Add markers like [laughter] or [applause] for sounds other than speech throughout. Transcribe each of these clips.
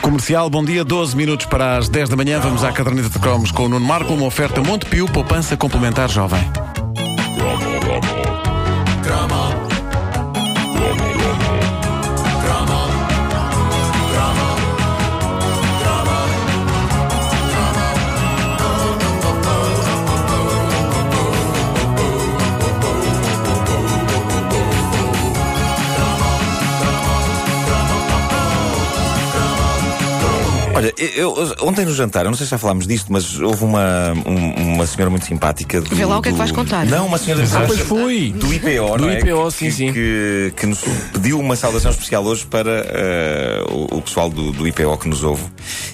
Comercial, bom dia, 12 minutos para as 10 da manhã. Vamos à caderneta de cromos com o Nuno Marco, uma oferta Montepio, poupança complementar jovem. É. Olha, eu, eu- ontem no jantar, eu não sei se já falámos disto, mas houve uma, um- uma senhora muito simpática. Do, Vê lá o que é que do- vais contar. Não, uma senhora Ah, pois fui! do IPO, Do não é? IPO, Que- sim, que, sim. Que, que nos pediu uma saudação especial hoje para eh, o, o pessoal do, do IPO que nos ouve.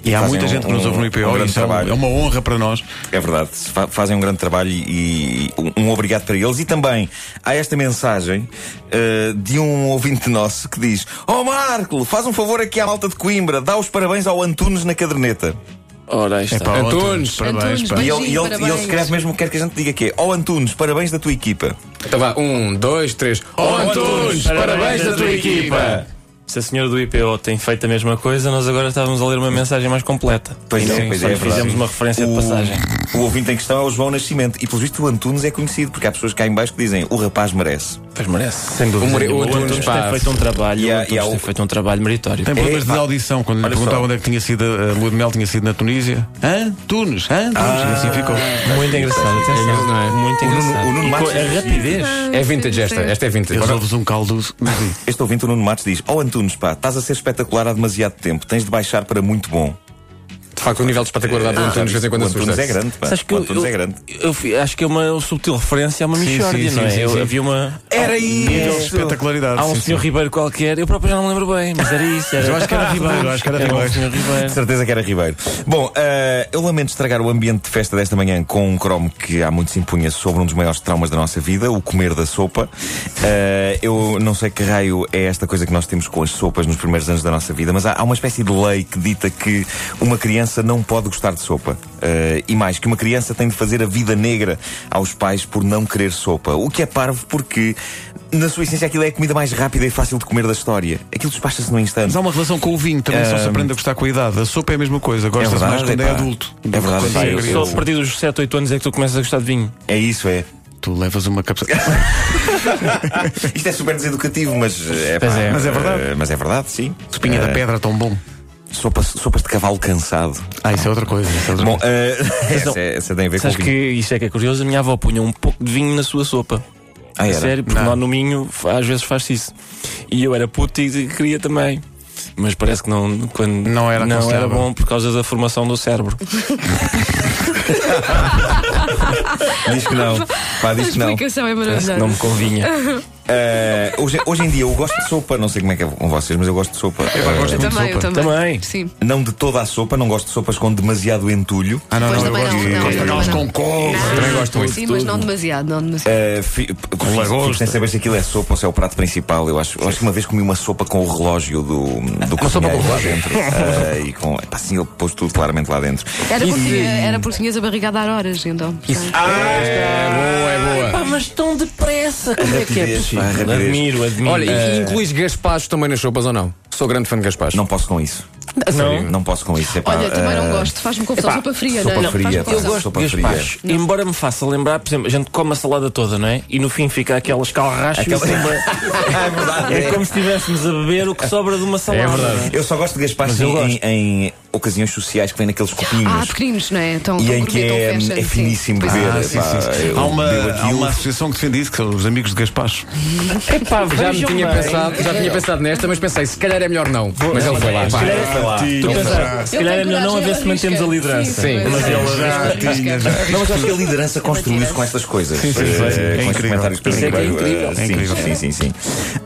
E há fazem muita gente que nos ouve no IPO um e grande isso é um- trabalho. é uma honra para nós. É verdade, fa- fazem um grande trabalho e e um obrigado para eles. E também há esta mensagem eh, de um ouvinte nosso que diz: Oh Marco, faz um favor aqui à malta de Coimbra, dá os parabéns ao Antunes na caderneta. Ora, aí está. É para Antunes. parabéns. Antunes, pá. E beijinho. ele, e ele- parabéns. e ele escreve mesmo o que quer que a gente diga que é: Oh Antunes, parabéns da tua equipa. Então vá, um, dois, três. Oh, Antunes, parabéns da tua equipa! Se a senhora do IPO tem feito a mesma coisa, nós agora estávamos a ler uma mensagem mais completa. Pois é, Sim, pois só é, lhe é verdade. fizemos uma referência de passagem. O ouvinte em questão é o João Nascimento. E pelo visto o Antunes é conhecido, porque há pessoas cá em baixo que dizem: O rapaz merece. Pois merece. Sem dúvida. O More- nenhuma. o O Antunes, Antunes pá. tem feito um trabalho. E há- e o há Antunes o- tem feito um trabalho meritório. Tem problemas de pá. audição. Quando lhe Olha perguntavam só. onde é que tinha sido a a lua de mel, tinha sido na Tunísia. Hã? Tunes? Hã? Tunes? Ah. E assim ficou. Muito engraçado, atenção. não é? Muito Nuno- engraçado. o Nuno Ah, E Matos- com a rapidez. É vintage esta, esta é vintage. Eles ouvem um caldo. Este ouvinte, o Nuno Matos, diz: Oh Antunes, pá, estás a ser espetacular há demasiado tempo, tens de baixar para muito bom. Ah, De facto, o nível de espetacularidade do Antunes de vez em quando o Antunes assusta. é grande, pá. Sabes que o eu, Antunes eu- é grande. eu fui- acho que é uma subtil referência a uma Michórdia, sim, não é? sim, Eu- sim. Havia uma. Era isso! Espetacularidade. É, Há um sim, senhor sim. Ribeiro qualquer, eu próprio já não me lembro bem, mas era isso. Era... Eu acho que [laughs] era Ribeiro, eu acho que era o Ribeiro. É um senhor De Ribeiro. certeza que era Ribeiro. Bom, eh, eu lamento estragar o ambiente de festa desta manhã com um cromo que há muito se impunha sobre um dos maiores traumas da nossa vida, o comer da sopa. Eh, eu não sei que raio é esta coisa que nós temos com as sopas nos primeiros anos da nossa vida, mas há, há uma espécie de lei que dita que uma criança não pode gostar de sopa. Eh, e mais, que uma criança tem de fazer a vida negra aos pais por não querer sopa. O que é parvo porque, na sua essência, aquilo é a comida mais rápida e fácil de comer da história. Aquilo despacha-se num instante. Mas há uma relação com o vinho, também só se aprende a gostar com a idade. A sopa é a mesma coisa, gosta verdade, mais quando é, pá. adulto. É verdade, Quando pá, é eu- criança. Só a partir dos 7, 8 anos é que tu começas a gostar de vinho. É isso, é. Tu levas uma cápsula. [laughs] Isto é super deseducativo, mas eh, é, Pois pá, é. Mas é eh, verdade. Mas é verdade, sim. Espinha da pedra, tão bom. Sopas, sopas de cavalo cansado. Ah, isso é outra coisa. isso é outra Bom, coisa. eh, essa, é- essa tem a ver com Sabes o que vinho. isso é que é curioso? A minha avó punha um pouco de vinho na sua sopa. Ah, A era? Sério, porque lá no Minho fa- às vezes faz-se isso. E eu era puto e queria também. Mas parece que não, quando Não era não era aconselhável. bom por causa da formação do cérebro. Diz que não. Pá, A diz que não. explicação é Parece que maravilhosa. não me convinha. [laughs] Eh, hoje, hoje em dia eu gosto de sopa, não sei como é que é com vocês, mas eu gosto de sopa. pá, Eh, gosto Eu muito de também, eu sopa. também. Também. Sim. Não de toda a sopa, não gosto de sopas com demasiado entulho. Ah, não, Pois não, eu também gosto não, não, gosto eu daquelas também com não. couve. Também gosto muito. Sim, mas não demasiado, não demasiado. Uh, fi, p- fico- lagosta. fico sem saber se aquilo é sopa ou se é o prato principal. Eu acho, eu acho que uma vez comi uma sopa com o relógio do, do cozinheiro sopa com lá dentro. Uh, e com, pá, assim, ele pôs tudo claramente lá dentro. Era porque, era porque tinhas a barriga a dar horas, então. É boa, é boa. Pá, Ah, mas tão depressa! Como é que é Rapidez, possível? pá, rapidez. Admiro, admiro. Olha, e incluís gazpachos também nas sopas ou não? Sou grande fã de gazpachos. Não posso com isso. não. Não posso com isso. É pá, Olha, também não uh, gosto. Faz-me confusão. Sopa fria, sopa não é? fria, Faz-me pá. Eu confusão. gosto Sopa de fria. gazpachos. Embora me faça lembrar, por exemplo, a gente come a salada toda, não é? E no fim fica aquela escalracho. Aquela- e sempre- é verdade. É como se estivéssemos a beber o que sobra de uma salada. É verdade. Eu só gosto de gazpachos Mas eu em, em ocasiões sociais que vêm naqueles copinhos. Ah, pequeninos, não é? Tão, e tão em que gourmet, tão é, fashion, é sim. finíssimo Pois é. beber. Ah, sim, pá, sim, sim. eu Há uma, bebo há aquilo. uma associação que defende isso, que são os amigos de Gaspacho. Epá, Já me vejam tinha bem. pensado, já tinha pensado nesta, mas pensei, se calhar é melhor não. Mas ele foi lá. Se pá. calhar- Sei lá. Tu pensaste, se Eu calhar tenho é melhor não a ver se coragem, mantemos a arrisca. liderança. Sim, pois Mas é. ele Arrisca, arrisca. Não, mas eu acho que a liderança construiu-se com estas coisas. Sim, É sim, sim. com estes incrível. comentários que Isso é que é incrível. Sim, É incrível. sim, sim, sim.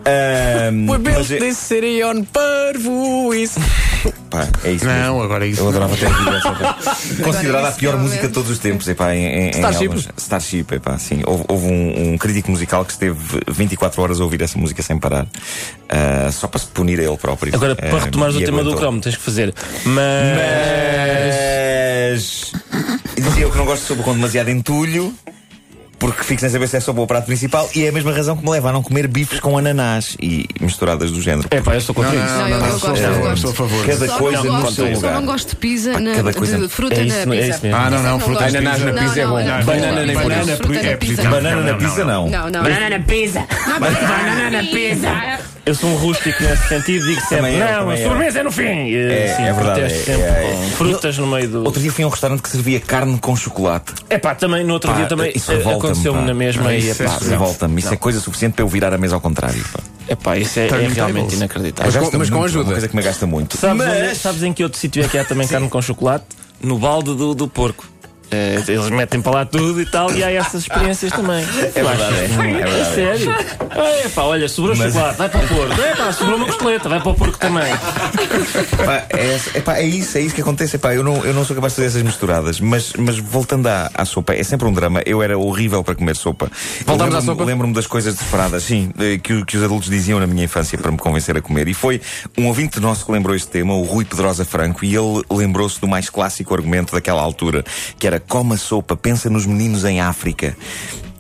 Ahm, O Abel mas é- disse seria on parvo isso. pá, é isso mesmo. Não, agora isso. Eu não. adorava ter ouvido essa coisa. [laughs] Considerada a isso pior realmente. música de todos os tempos, epá, em, em, em Starship. alguns- Starship, epá, sim. Houve, houve um, um crítico musical que esteve 24 horas a ouvir essa música sem parar. Ah, só para se punir a ele próprio. Agora, para Ah, retomares o e tema do aguentou. cromo, tens que fazer. Mas. Mas. Dizia eu que não gosto de sopa com demasiado entulho. porque fico sem saber se é sopa ou prato principal, e é a mesma razão que me leva a não comer bifes com ananás e misturadas do género. É pá, eu estou contra isso. Não, eu- eu sou a gosto, eu favor, gosto. sou a favor. Cada só coisa não no gosto, seu Só lugar. não gosto de pizza, na, cada coisa- de fruta É na isso, pizza. é isso mesmo. Ah, não, não, Não frutas gosto. Ananás na Não, pizza é não, bom. não, não. Banana nem Fruta banana, na é pizza. positivo. Banana na pizza, não. Não, não. Banana pizza! Banana pizza! é Eu sou um rústico nesse sentido, digo sempre: Também eu, não, a também eu." sobremesa é no fim. E, É, sim, é verdade, protesto é, sempre é, com frutas no meio do. Outro dia fui a um restaurante que servia carne com chocolate. É pá, também no outro Pá, dia também Ah, isso eh, revolta-me, aconteceu-me pá. na mesma. Ah, e, isso epá, é não. Revolta-me, isso é coisa suficiente para eu virar a mesa ao contrário. pá. É pá, isso é, é Turning realmente tables. inacreditável. Mas com- Gasta mas com muito, ajuda. Uma coisa que me gasta muito. Sabes, Mas- onde- sabes em que outro sítio é que há também carne com chocolate? No balde do, do porco. Eh, eles metem para lá tudo e tal, e há essas experiências também. [laughs] É verdade, é, é É verdade. sério? É pá, olha, sobrou chocolate, vai para o porco. É pá, sobrou uma costeleta, vai para o porco também. Pá, é, epá, é isso, é isso que acontece. Epá, eu, não, eu não sou capaz de fazer essas misturadas, mas, mas voltando à, à sopa, é sempre um drama. Eu era horrível para comer sopa. Eu Voltamos à lembro-me- sopa? Lembro-me das coisas desesperadas, sim, eh, que, o- que os adultos diziam na minha infância para me convencer a comer. E foi um ouvinte nosso que lembrou este tema, o Rui Pedrosa Franco, e ele lembrou-se do mais clássico argumento daquela altura, que era coma sopa, pensa nos meninos em África.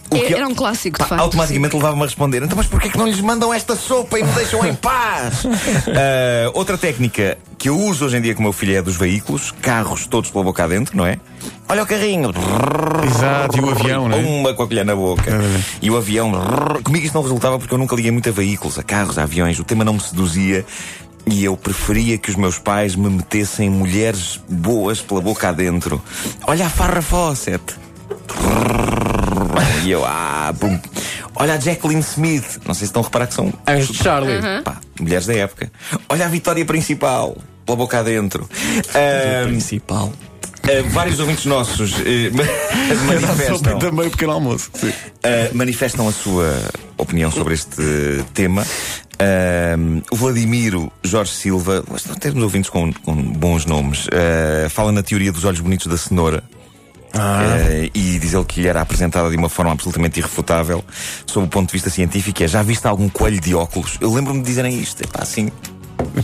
O que- Era um clássico, de Pá, facto. automaticamente levava-me a responder Então mas porquê que não lhes mandam esta sopa e me deixam em [laughs] paz? Ah, outra técnica que eu uso hoje em dia com o meu filho é a dos veículos Carros todos pela boca adentro, não é? Olha o carrinho Exato, e o avião, não é? Uma com a colher na boca verdade. E o avião Comigo isto não resultava porque eu nunca liguei muito a veículos A carros, a aviões O tema não me seduzia e eu preferia que os meus pais me metessem mulheres boas pela boca adentro. Olha a farra fawcett. E eu, ah, pum. Olha a Jacqueline Smith. Não sei se estão a reparar que são Anjos de Charlie. pá, mulheres da época. Olha a Vitória Principal, pela boca adentro. Ah, Principal. ah, vários ouvintes nossos eh, [laughs] ma- manifestam, também o pequeno almoço. Sim. ah, manifestam a sua opinião sobre este tema. Ah, o Vladimiro Jorge Silva, nós não temos ouvintes com, com bons nomes, ah, fala na teoria dos olhos bonitos da cenoura. Ah. Eh, e diz ele que lhe era apresentada de uma forma absolutamente irrefutável, sob o ponto de vista científico, é já viste algum coelho de óculos? Eu lembro-me de dizerem isto, é pá, assim.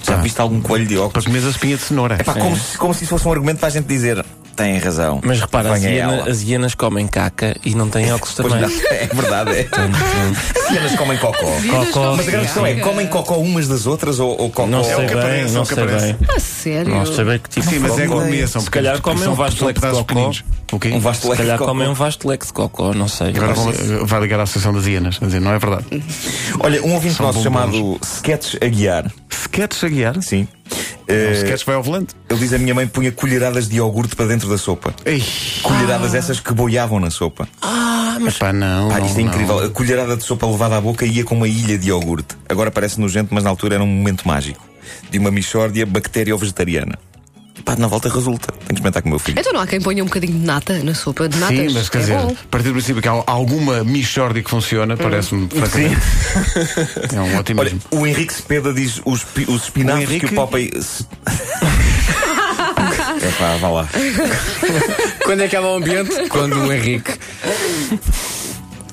Já Ah. viste algum coelho de Para óculos? comer a espinha de cenoura. É pá, como, se, como se isso fosse um argumento para a gente dizer, tem razão. Mas repara, assim, as, venha hiena- ela." as hienas comem caca e não têm óculos Pois também. não, é verdade, é. As hienas comem cocó. Vidas Cocó. não Mas a grande questão é, fica. comem cocó umas das outras ou, ou cocó? Não sei que bem, um aparece, é não o que sei aparece. bem. A sério? Não sei bem que tipo Sim, de mas é cocó. agonia, são Se calhar pequenos, comem são- um vasto são leque de pedaços cocó. pequeninos. O quê? Um vasto Se leque calhar de cocó. comem um vasto leque de cocó, não sei. Agora vão- eh, vai ligar à Associação das Hienas. a dizer, não é verdade. Olha, um ouvinte São nosso bombons. chamado Sketch Aguiar, Se queres a guiar, sim. se Eh, queres vai ao volante. Ele diz a minha mãe punha colheradas de iogurte para dentro da sopa. Ei, Colheradas Ah. essas que boiavam na sopa. Ah, pá, não. Pá, não, isto é não. incrível. A colherada de sopa levada à boca ia com uma ilha de iogurte. Agora parece nojento, mas na altura era um momento mágico. De uma mixórdia bactério-vegetariana. Pá, na volta resulta. Tenho que experimentar com o meu filho. Então não há quem ponha um bocadinho de nata na sopa de natas. Sim, mas quer é dizer, bom. Hum. a partir do princípio que há alguma mixórdia que funciona, parece-me francamente. [laughs] É um Olha, otimismo. o Henrique Cepeda diz os, pi- os espinafres O Henrique? que o Popeye... se- [laughs] é pá, vá lá. Quando é que há lá o ambiente? Quando o Henrique.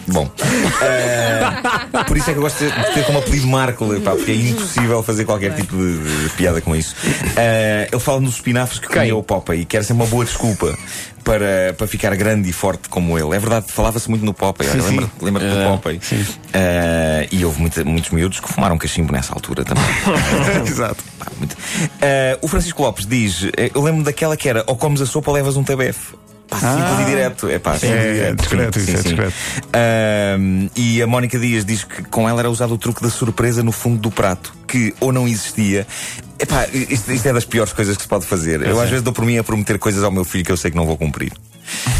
Bom. eh, por isso é que eu gosto de ter, de ter como apelido Marco, pá, porque é impossível fazer qualquer tipo de, de piada com isso. Eh, ele fala nos espinafres que comia o Popeye e quer ser uma boa desculpa para, para ficar grande e forte como ele. É verdade, falava-se muito no Popeye. olha, sim. É, Lembra-te lembra do Popeye? Eh, e houve muita- muitos miúdos que fumaram cachimbo nessa [laughs] altura também. É, Exato. Pá, muito. Eh, o Francisco Lopes diz: eh, Eu lembro daquela que era ou comes a sopa ou levas um tabefe. Pá, Ah. simples e direto. É pá, simples é e direto. discreto, isso é discreto. Ahm, e a Mónica Dias diz que com ela era usado o truque da surpresa no fundo do prato, que ou não existia. Epá, isto, isto é das piores coisas que se pode fazer. Eu é. às vezes dou por mim a prometer coisas ao meu filho que eu sei que não vou [laughs] cumprir.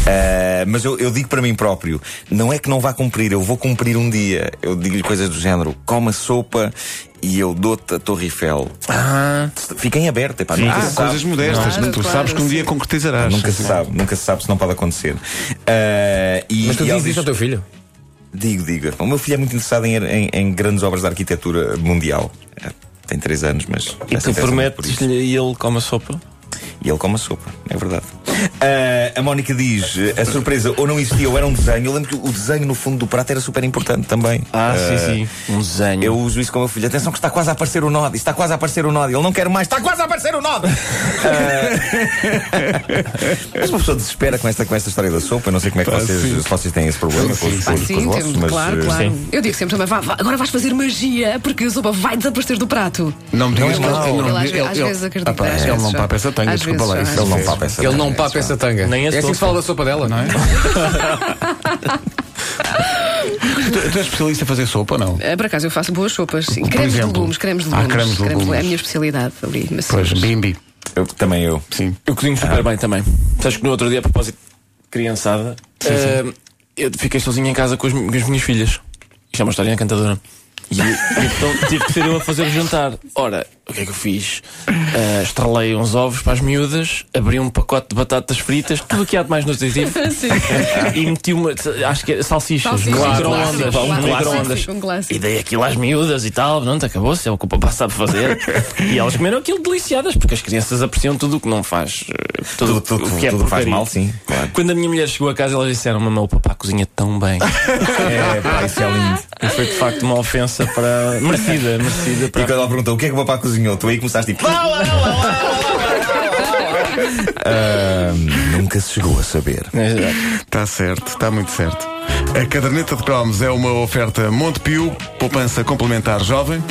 Ah, mas eu, eu digo para mim próprio: não é que não vá cumprir, eu vou cumprir um dia. Eu digo-lhe coisas do género: coma sopa e eu dou-te a Torre Eiffel. Ah. Fiquem abertos, epá, nunca Ah, se sabe. coisas modestas. Claro, tu claro, sabes que um dia sim. concretizarás. Nunca se sabe, nunca se sabe, se não pode acontecer. Ah, e, Mas tu e ela dizes diz- isso ao teu filho? Digo, digo. O meu filho é muito interessado em, em- em grandes obras de arquitetura mundial. Eh, Tem três anos, mas. já E se interessa tu muito por isso. prometes-lhe e ele come a sopa? E E ele come a sopa, é verdade. Ah, a Mónica diz: a surpresa ou não existia ou era um desenho. Eu lembro que o desenho no fundo do prato era super importante também. Ah, sim, sim. Um desenho. Eh, Eu uso isso com o meu filho. Atenção que está quase a aparecer o nó. Está quase a aparecer o nó. Ele não quer mais. Está quase a aparecer o Ah, nó. mas uma pessoa desespera com esta, com esta história da sopa. Eu não sei como é que vocês, se vocês têm esse problema com os, com Ah, os- com os sim, vossos. temos, mas, claro, eh, claro. sim. Eu digo sempre também, vá, vá, agora vais fazer magia porque a sopa vai desaparecer do prato. Não me digas Ele- é que não. ele- não, às ve- às vezes acredita, Ah, pá, às Ele vezes não já. papa essa tanga, Às desculpa vezes lá. já, isso às é Ele um- não [laughs] papa essa Ele tanga, não papa é essa tanga. Nem a é assim que se sopa. fala da sopa dela, não é? Tu, tu és especialista em fazer sopa, não? Ah, Por acaso eu faço boas sopas, sim. Cremes de exemplo? legumes, cremes de Ah, legumes. cremes de legumes. É a minha especialidade ali. mas- Pois, bimbi. Eu, também eu. Sim. Eu cozinho super bem também. Sabes que no outro dia, a propósito, de criançada, eh, eu fiquei sozinho em casa com as, mi- com as minhas filhas. Isto é uma história encantadora. E então tive que ser eu a fazer o jantar. Ora, o que é que eu fiz? Eh, estralei uns ovos para as miúdas, abri um pacote de batatas fritas, tudo o que há de mais [laughs] nutritivo, [laughs] Sim. e meti uma, acho que é salsichas, Salsichas, no clássico, micro-ondas. clássico, no micro-ondas. clássico, um clássico. E dei aquilo às miúdas e tal, pronto, acabou-se, é o que o papá sabe [laughs] fazer. e elas comeram aquilo deliciadas, porque as crianças apreciam tudo o que não faz. eh, Tudo, Tudo- tudo- o que é tudo que É, faz porcaria. mal, sim, claro. Quando a minha mulher chegou a casa, elas disseram: Mamãe, o papá cozinha [laughs] tão bem. É, pá, isso é lindo. e foi de facto uma ofensa para. merecida, merecida E para. quando ela perguntou o que é que o papá cozinhou, tu aí começaste tipo. [laughs] Ahm, Ah, nunca se chegou a saber. né, Está Tá certo, está muito certo. A caderneta de cromos é uma oferta Montepio, poupança complementar jovem.